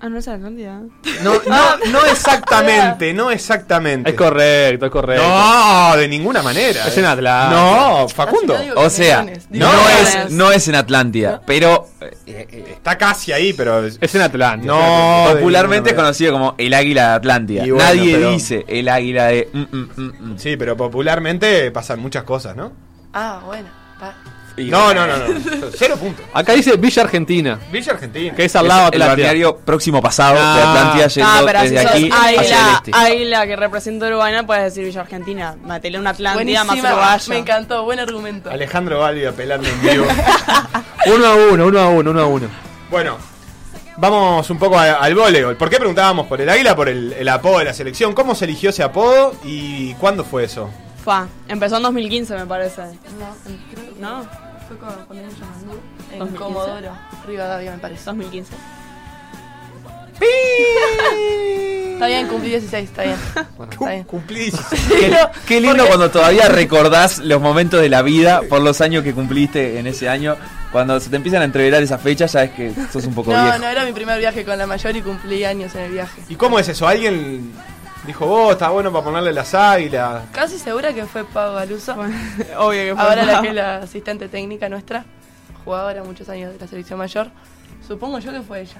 Ah, no es Atlántida. No, no, no exactamente, no exactamente. Es correcto, es correcto. No, de ninguna manera. Es eh. en Atlas. No, Facundo. Casi no digo O sea, Dimensiones, no, dimensiones. es, no es en Atlántida, pero eh, eh, Está casi ahí, pero. es- Es en Atlanta. No, de popularmente es ninguna manera. conocido como el águila de Atlántida. Y bueno, Nadie pero- dice el águila de. mm, mm, mm, mm. Sí, pero popularmente pasan muchas cosas, ¿no? Ah, bueno. pa. Y- No, no, no, no. Cero puntos. Acá dice Villa Argentina, Villa Argentina. que es al lado Es de el Atlántida. balneario próximo pasado de Ah. Atlántida yendo Ah, pero así desde sos aquí hacia el águila, este. águila que representa a Uruguay, no puedes decir Villa Argentina. Matele una Atlántida más Buenísima. uruguayo. Me encantó, buen argumento. Alejandro Valvia pelando en vivo. Uno a uno, uno a uno, uno a uno. Bueno, vamos un poco a- al voleibol. ¿Por qué preguntábamos por el águila, por el, el apodo de la selección? ¿Cómo se eligió ese apodo y cuándo fue eso? Fa, empezó en 2015 me parece. No, creo que ¿No? Fue cuando cuando ellos mandaron en 2015. Comodoro, Rivadavia me parece. 2015. Está bien, cumplí 16, está bien. Está bien. Cumplí Qué, qué lindo Porque- cuando todavía recordás los momentos de la vida por los años que cumpliste en ese año. Cuando se te empiezan a entreverar esas fechas, sabes que sos un poco No, viejo. no, era mi primer viaje con la mayor y cumplí años en el viaje. ¿Y cómo es eso? ¿Alguien dijo, vos, está bueno para ponerle las águilas? Casi segura que fue Pau Galuso. Obvio que fue. Ahora la Pau. que es la asistente técnica nuestra, jugadora muchos años de la selección mayor. Supongo yo que fue ella.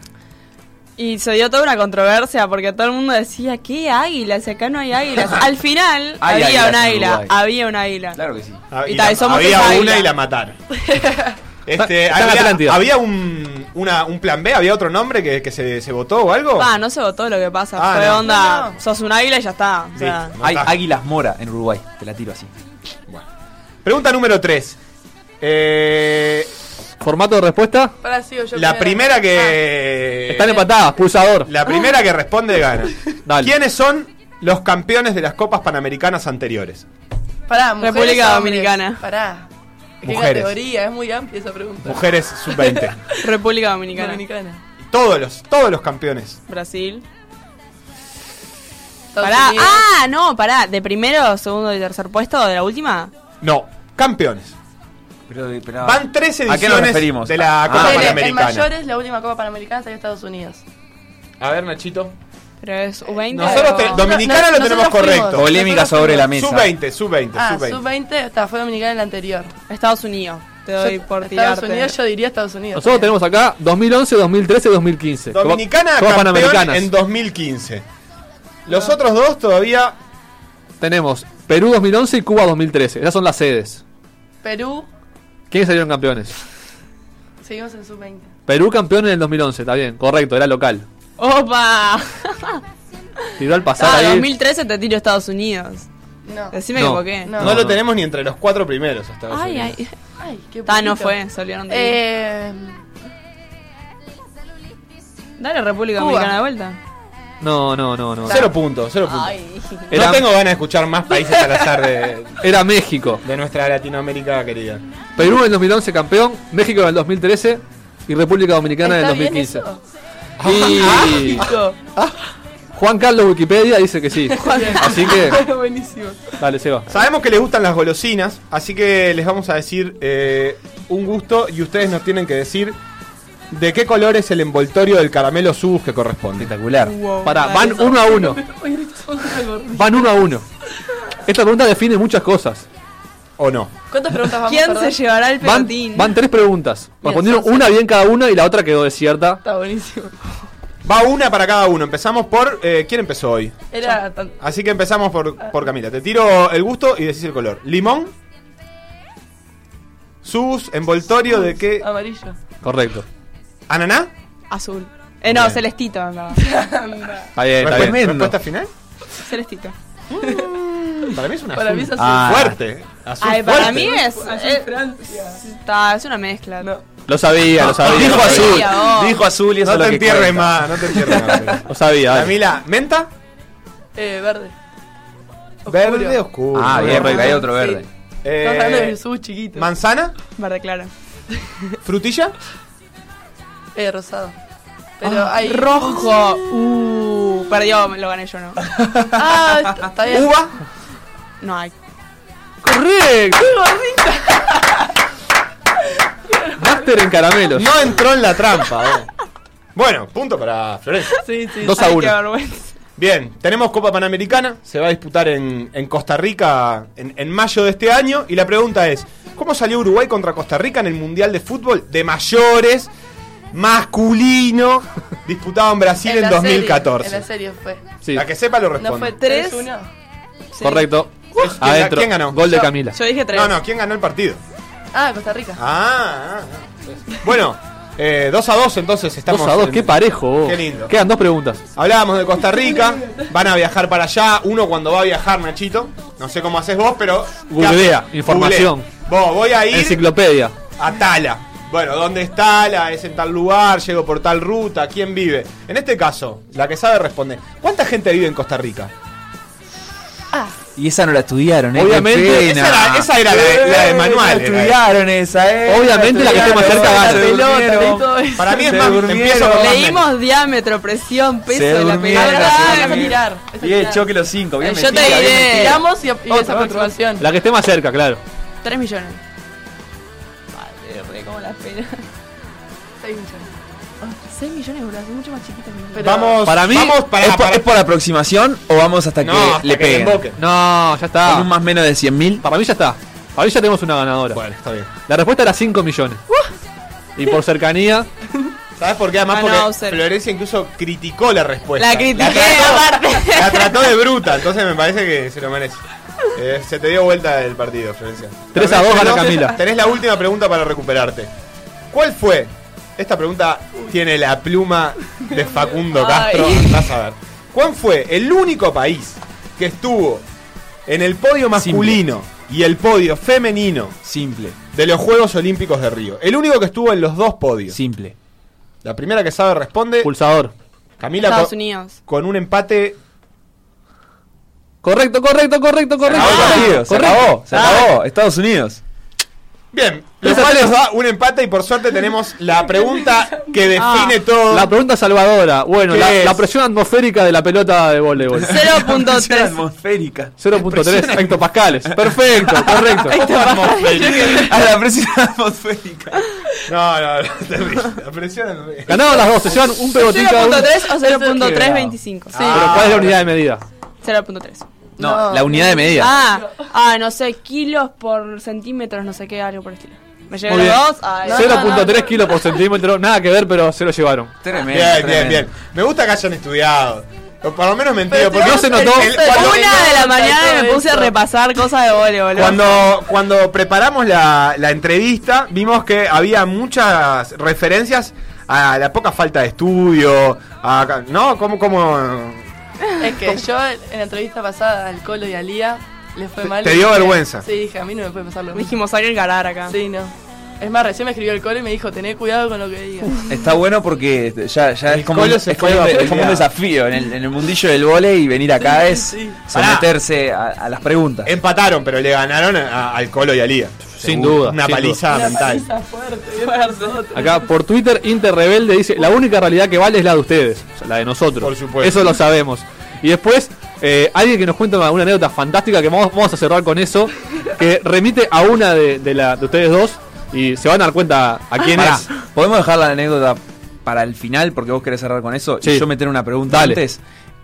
Y se dio toda una controversia porque todo el mundo decía, ¿qué águilas? Si acá no hay águilas. Al final Hay había águilas un en águila, Uruguay. había un águila. Claro que sí. Ah, Y tal, somos había esa una isla. y la mataron. Este, Está en había, Atlántida. había un, una- un plan B, había otro nombre que, que se, se votó o algo. Ah, no se votó lo que pasa. Ah, Fue no. onda, No, no. sos un águila y ya está. O sea, Listo. Hay Nota. águilas mora en Uruguay, te la tiro así. Pregunta número 3. Formato de respuesta. Ahora sigo yo. la primero. primera Ah, que. Están empatadas, pulsador. La primera que responde gana. Dale. ¿Quiénes son los campeones de las copas panamericanas anteriores? Ah, pará, mujeres, República hombres. Dominicana. Pará. ¿Qué Mujeres. categoría? Es muy amplia esa pregunta. Mujeres sub-20. República Dominicana, Dominicana. todos los, todos los campeones. Brasil. Estados Pará, Unidos. ah, no, pará, de primero, segundo y tercer puesto, de la última. No, campeones. Pero, pero- Van tres ¿A qué nos ediciones referimos? de la Ah, Copa Pero el Panamericana. mayor es la última Copa Panamericana salió a Estados Unidos. A ver, Nachito. Pero es U20. Nosotros o- te- Dominicana No, lo no, tenemos nosotros fuimos. correcto. Polémica Nosotros sobre la fuimos. mesa. Sub-20, sub-20, Ah, sub-20. sub-20, está, fue Dominicana el anterior. Estados Unidos, te doy Yo- por Estados tirarte. Unidos, yo diría Estados Unidos. Nosotros tenemos acá 2011, 2013, 2015. Copa- Dominicana Copa campeón Panamericanas. en 2015. Los otros dos todavía Tenemos Perú 2011 y Cuba 2013. Esas son las sedes. Perú, ¿Quiénes salieron campeones? seguimos en sub-20. Perú campeón en el 2011, está bien, correcto, era local. ¡Opa! Tiró al pasar Ah, ahí. 2013 te tiro Estados Unidos. No. Decime No. que por qué. No. no, lo tenemos ni entre los cuatro primeros. hasta ahora. Ay, ay. Ay, qué Ta, Ah, no poquito. fue, salieron de ahí. Eh, Dale República Cuba. Dominicana de vuelta. No, no, no, no. Cero puntos, cero puntos. Ay. No Era, tengo ganas de escuchar más países al azar de, era México. de nuestra Latinoamérica querida. Perú en el 2011 campeón, México en el 2013 y República Dominicana en el ¿Está bien 2015. eso? Y Ah. Juan Carlos Wikipedia dice que sí. Así que, Buenísimo. dale, Seba. Sabemos que les gustan las golosinas, así que les vamos a decir eh, un gusto y ustedes nos tienen que decir de qué color es el envoltorio del caramelo subus que corresponde. Espectacular. Pará, van uno a uno. Van uno a uno. Esta pregunta define muchas cosas. ¿O no? ¿Cuántas preguntas vamos ¿Quién perdón? se llevará el Van, pelotín? van tres preguntas. Respondieron son- una bien cada una y la otra quedó desierta. Está buenísimo. Va una para cada uno. Empezamos por... eh, ¿Quién empezó hoy? Era tan... Así que empezamos por, por Camila. Te tiro el gusto y decís el color. Limón. Subus, envoltorio de Eh, qué... amarillo. Correcto. ¿Ananá? Azul. Eh, no, Bien. celestito, en verdad. Está bien, está bien. Respuesta, respuesta final? Mm, celestito. Para mí es una Para mí es azul. Ah. fuerte. Azul Ay, para fuerte. mí es. eh, está, es una mezcla. Lo sabía, lo sabía. Dijo lo sabía. azul. Sabía, oh. Dijo azul y eso No es lo te que entierres cuenta. más, no te entierres más. Lo sabía, dale. Camila, ¿menta? Eh, verde. Verde oscuro. Ah, bien, porque Correcto. hay otro verde. Sí. Eh, Estamos hablando de Jesús chiquito. manzana, Verde claro. frutilla, Eh, rosado. Pero hay... Ah, Rojo. Uh, perdió, me lo gané yo, ¿no? Ah, está- está bien. uva. No hay. ¡Correcto! Master en caramelos. No entró en la trampa. eh. Bueno, punto para Florencia. Sí, sí. Dos a Ay, uno. Qué vergüenza. Bien, tenemos Copa Panamericana. Se va a disputar en, en Costa Rica en, en mayo de este año. Y la pregunta es: ¿Cómo salió Uruguay contra Costa Rica en el Mundial de Fútbol de Mayores masculino disputado en Brasil en, la serie, en 2014? la serie fue. Sí, La que sepa lo responde. No fue Tres. 3-1. correcto. ¿Quién- Adentro. ¿Quién ganó? Gol de Yo. Camila. Yo dije tres. No, no, ¿quién ganó el partido? Ah, Costa Rica. Ah, ah, ah. bueno, 2 a 2 entonces estamos. 2 a 2, en- qué parejo. vos. Qué lindo. Quedan dos preguntas. Hablábamos de Costa Rica, van a viajar para allá, uno cuando va a viajar, Nachito, no sé cómo haces vos, pero... Googlea, información. Googlea. Vos, voy a ir Enciclopedia. a Tala. Bueno, ¿dónde es Tala? ¿Es en tal lugar? ¿Llego por tal ruta? ¿Quién vive? En este caso, la que sabe responde. ¿Cuánta gente vive en Costa Rica? Ah, Y esa no la estudiaron, ¿eh? Qué Obviamente, pena. esa era, esa era la, la de Eh, manual. La era. estudiaron esa, ¿eh? Obviamente la que esté más cerca estudiaron, gana. se pelota y durmieron. todo eso. Para mí es Se más, durmieron. empiezo con más menos. Leímos diámetro, presión, peso Se de la durmieron, pelota. se Ah, durmieron. tirar, vas a Bien, tirar. choque los cinco. Bien, Eh, yo te metida, bien diré. metida. Tiramos y, y esa otro. aproximación. La que esté más cerca, claro. 3 millones. Madre, re como la pena. Seis millones. 6 Ah, millones, boludo, es mucho más chiquita mi Pero- Vamos, Para mí, vamos para, ¿Es, por, para- es por aproximación o vamos hasta que No, hasta le que le peguen? emboque. No, ya Con está. un más menos de 100.000 mil. Para mí ya está. Para mí ya tenemos una ganadora. Bueno, está bien. La respuesta era 5 millones. Uh. Y por cercanía, ¿Sabes por qué? Además, Ah, no, porque ser- Florencia incluso criticó la respuesta. La critiqué, trató- aparte. La trató de bruta, entonces me parece que se lo merece. Eh, se te dio vuelta el partido, Florencia. 3 a 2 gana Entonces, Camila. Tenés la última pregunta para recuperarte. ¿Cuál fue? Esta pregunta tiene la pluma de Facundo Castro. Ay. Vas a ver. ¿Cuál fue el único país que estuvo en el podio masculino y el podio femenino Simple, de los Juegos Olímpicos de Río? El único que estuvo en los dos podios. simple. La primera que sabe responde. pulsador. Camila Estados con, Unidos. con un empate. Correcto, correcto, correcto, correcto. acabó el correcto, Tío, se acabó, se acabó. Estados Unidos. Bien, lo cual nos da un empate y por suerte tenemos la pregunta que Ah. define todo. La pregunta salvadora. Bueno, ¿Qué la, es? la presión atmosférica de la pelota de voleibol. 0.3. atmosférica. 0.3 hectopascales. Perfecto, correcto. A la presión atmosférica. No, no, no, terrible. La presión es- Ganaron las dos, se llevan un pegotín cada uno. 0.3 o 0.325. Sí. Pero ¿cuál es la unidad de medida? 0.3. No, la unidad de medida. Ah, ah, no sé, kilos por centímetros, no sé qué, algo por el estilo. Me llevé Muy los bien. dos. ay, no, no, no. 0.3 kilos por centímetro. Nada que ver, pero se lo llevaron. Tremendo. Bien, bien, tremendo. bien. Me gusta que hayan estudiado. O por lo menos mentido, Pero porque no se notó. el- cuando, Una de la mañana Todo me puse a eso. repasar cosas de voleibol. cuando, cuando preparamos la, la entrevista, vimos que había muchas referencias a la poca falta de estudio, a, ¿no? Como, como... Es que yo en la entrevista pasada al Colo y a Lía les fue Te- mal. te y dio dije- vergüenza. Sí, dije, a mí no me puede pasar lo mismo. Dijimos, hay que encarar acá. Sí, no. Es más, recién me escribió el Colo y me dijo, tené cuidado con lo que digas. Está bueno porque este, ya, ya es como, un, Colo se es como fue un- a es como un pelear. desafío en el, en el mundillo del volei y venir acá Sí, es sí. someterse a, a las preguntas. Empataron, pero le ganaron a- al Colo y a Lía. Sin duda. Una sin paliza Ah, mental. Fuerte. duda. Acá por Twitter, Inter Rebelde dice: La única realidad que vale es la de ustedes, o sea, la de nosotros. Por supuesto. Eso lo sabemos. Y después, eh, alguien que nos cuenta una, una anécdota fantástica que vamos, vamos a cerrar con eso, que remite a una de, de la, de ustedes dos y se van a dar cuenta a quién Pará, es. ¿podemos dejar la anécdota para el final? Porque vos querés cerrar con eso. Sí. Y yo meter una pregunta Dale. antes.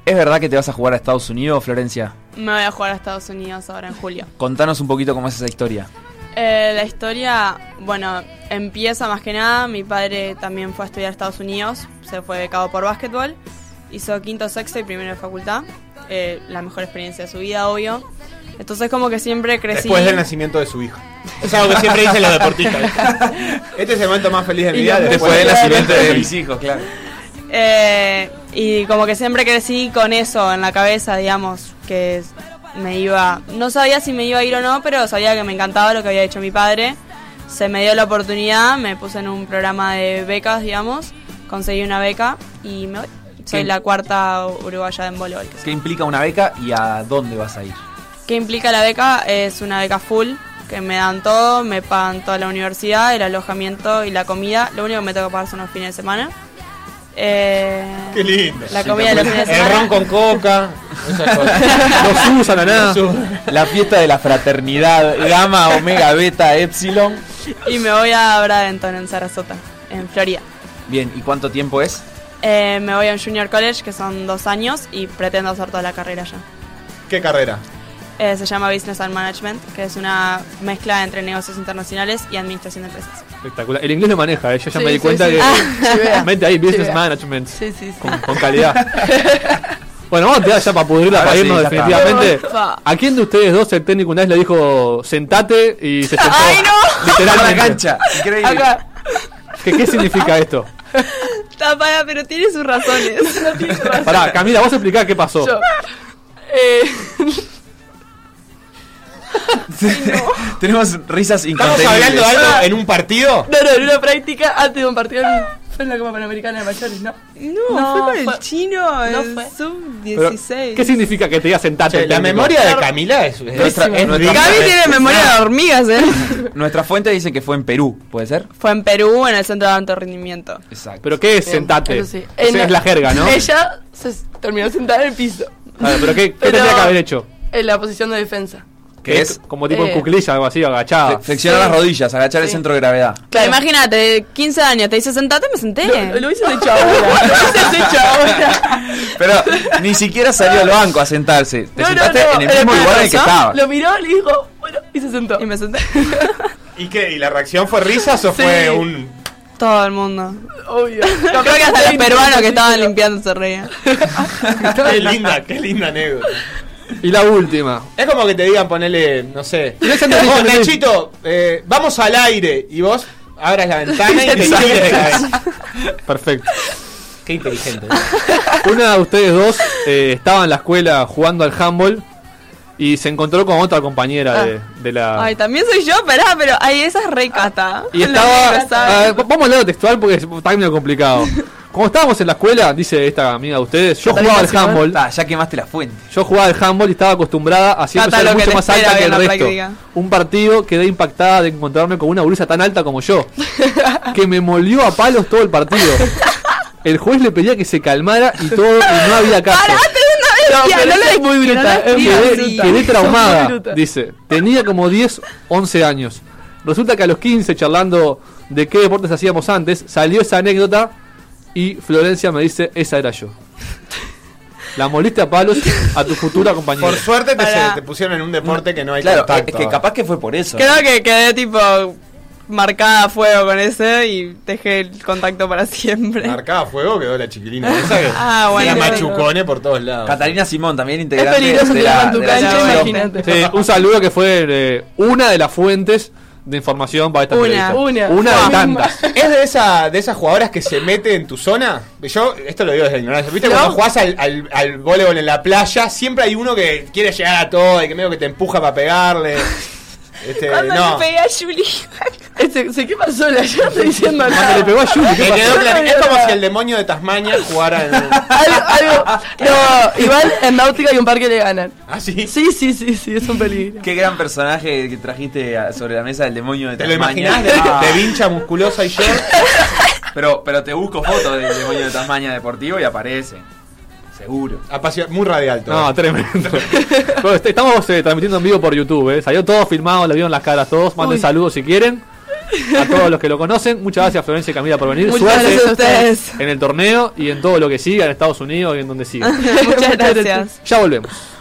¿Es verdad que te vas a jugar a Estados Unidos, Florencia? Me voy a jugar a Estados Unidos ahora en julio. Contanos un poquito cómo es esa historia. Eh, la historia, bueno, empieza más que nada. Mi padre también fue a estudiar a Estados Unidos, se fue becado por básquetbol, hizo quinto, sexto y primero de facultad. Eh, la mejor experiencia de su vida, obvio. Entonces, como que siempre crecí. Después del nacimiento de su hijo. Es algo que siempre dicen los deportistas. Este es el momento más feliz de mi Y vida. los Después del nacimiento de mis hijos, claro. Eh, y como que siempre crecí con eso en la cabeza, digamos, que es- me iba, no sabía si me iba a ir o no, pero sabía que me encantaba lo que había hecho mi padre. Se me dio la oportunidad, me puse en un programa de becas, digamos, conseguí una beca y me voy. Soy ¿Qué? la cuarta uruguaya en voleibol. que ¿Qué implica una beca y a dónde vas a ir? ¿Qué implica la beca? Es una beca full, que me dan todo, me pagan toda la universidad, el alojamiento y la comida. Lo único que me toca pagar son los fines de semana. Eh, Qué lindo. La comida de los fines de El semana. ron con coca. esas cosas. No usan a nada. La fiesta de la fraternidad, gamma, omega, beta, epsilon. Y me voy a Bradenton en Sarasota, en Florida. Bien, ¿y cuánto tiempo es? Eh, me voy a un junior college que son dos años y pretendo hacer toda la carrera allá. ¿Qué carrera? Eh, se llama Business and Management, que es una mezcla entre negocios internacionales y administración de empresas. Espectacular. El inglés lo maneja, eh, yo ya Sí, me di sí, cuenta sí. que. Ah, chivea. Mente ahí, business Chivea. management. Sí, sí, sí. con, con calidad. bueno, vamos a tirar ya para pudrirla, Ahora para irnos sí, ya está. definitivamente. Basta. ¿A quién de ustedes dos el técnico una vez le dijo sentate y se sentó? ¡Ay, no! Literalmente. la cancha. Increíble. Acá. ¿Qué, qué significa esto? Tapada, pero tiene sus razones. Pará, Camila, vos explicá qué pasó. Yo. Eh, Tenemos risas Estamos incontenibles. hablando de algo en un partido. no, no, en una práctica antes de un partido en Fue en la Copa Panamericana de Mayores, ¿no? No, No, fue con el fue- chino, no el fue. Pero, sub-16. ¿Qué significa que te digas sentarte? Che, la memoria de Camila es, es- Nuestra- es nuestra- rica. Gaby tiene memoria de hormigas, ¿eh? Nuestra fuente dice que fue en Perú, ¿puede ser? fue en Perú, en el centro de alto rendimiento. Exacto. ¿Pero qué es Bien, sentarte? Eh, eso sí. Esa En- es la jerga, ¿no? Ella se s- terminó sentada en el piso. Claro, ¿Pero qué, qué Pero- tendría que haber hecho? En la posición de defensa. que es Como tipo en Eh. cuclilla, algo así, agachada. fle- flexionar las rodillas, agachar el centro de gravedad. Claro, imagínate, 15 años, te dice sentate, me senté. Lo, lo hubiese hecho ahora. Lo hubiese hecho ahora. Pero ni siquiera salió al banco a sentarse. Te No, no, sentaste no, en el era mismo para lugar en el que eso. estabas. Em, Lo miró, le dijo, bueno, y se sentó. Y me senté. ¿Y qué? ¿Y la reacción fue risas o Sí. fue un.? Todo el mundo. Obvio. Yo creo que hasta los peruanos que estaban limpiando se reían. Qué linda, qué linda anécdota. Y la última. Es como que te digan, ponele, no sé. No es antes de Vos, poner- Nachito, eh, vamos al aire. Y vos abras la ventana y te sientas. Perfecto. Qué inteligente. Una de ustedes dos eh, estaba en la escuela jugando al handball y se encontró con otra compañera de, de la... Ah. Ay, también soy yo, pará, pero ahí esa es Ah. recata. y Lo que estaba... saben. Ah, vamos al lado textual porque es- está medio complicado. Como estábamos en la escuela, dice esta amiga de ustedes, yo jugaba al handball. Ah, ya quemaste la fuente. Yo jugaba al handball y estaba acostumbrada a siempre Tata, ser lo que mucho te más espera alta que el en la resto. práctica. Un partido quedé impactada de encontrarme con una gurisa tan alta como yo, que me molió a palos todo el partido. El juez le pedía que se calmara y todo, y no había caso. Parate de una bestia, pero no, esa es lo muy bruta, no la es digas, quedé, bruta. quedé Sos muy traumada, bruta. dice. Tenía como 10, 11 años. Resulta que a los 15, charlando de qué deportes hacíamos antes, salió esa anécdota y Florencia me dice, esa era yo. La moliste a palos a tu futura compañera. Por suerte te, Para- se- te pusieron en un deporte que no hay Claro, contacto. es que capaz que fue por eso. Creo que quedé tipo marcada a fuego con ese y dejé el contacto para siempre. Marcaba fuego quedó la chiquilina esa que Ah, bueno, tenía pero- machucones por todos lados. Catalina Simón, también Es integrante peligroso de tirar la, en tu de la cancha, selección. imagínate. Sí, un saludo que fue eh, una de las fuentes de información para esta Una, entrevista. una. Una de Wow. tantas. ¿Es de, esa, de esas jugadoras que se mete en tu zona? Yo, esto lo digo desde la ignorancia. ¿Viste? No. Cuando jugás al, al, al voleibol en la playa, siempre hay uno que quiere llegar a todo y que medio que te empuja para pegarle. Este, Cuando no. le pegué a Julie. Este, ¿se- ¿Qué pasó? La yo no estoy diciendo Cuando le nada. pegó a Yuri, ¿qué Me pasó? quedó claro- Es como si el demonio de Tasmania jugara en. Algo, algo. No, igual en Náutica hay un par que le ganan. Así. Sí, sí, sí, sí, es un peligro. Qué gran personaje que trajiste a- sobre la mesa del demonio de ¿Te lo Tasmania. imaginás? De, Ah, de vincha musculosa y yo. pero, pero te busco fotos del demonio de Tasmania deportivo y aparece. Seguro. Apasio- muy radial todo. No, tremendo. Bueno, est- estamos eh, transmitiendo en vivo por YouTube, eh. Salió todo filmado, le vieron las caras todos. Manden Uy. saludos si quieren. A todos los que lo conocen. Muchas gracias Florencia y Camila por venir. Muchas Suerte gracias a ustedes. en el torneo y en todo lo que siga en Estados Unidos y en donde siga. Muchas gracias. ya volvemos.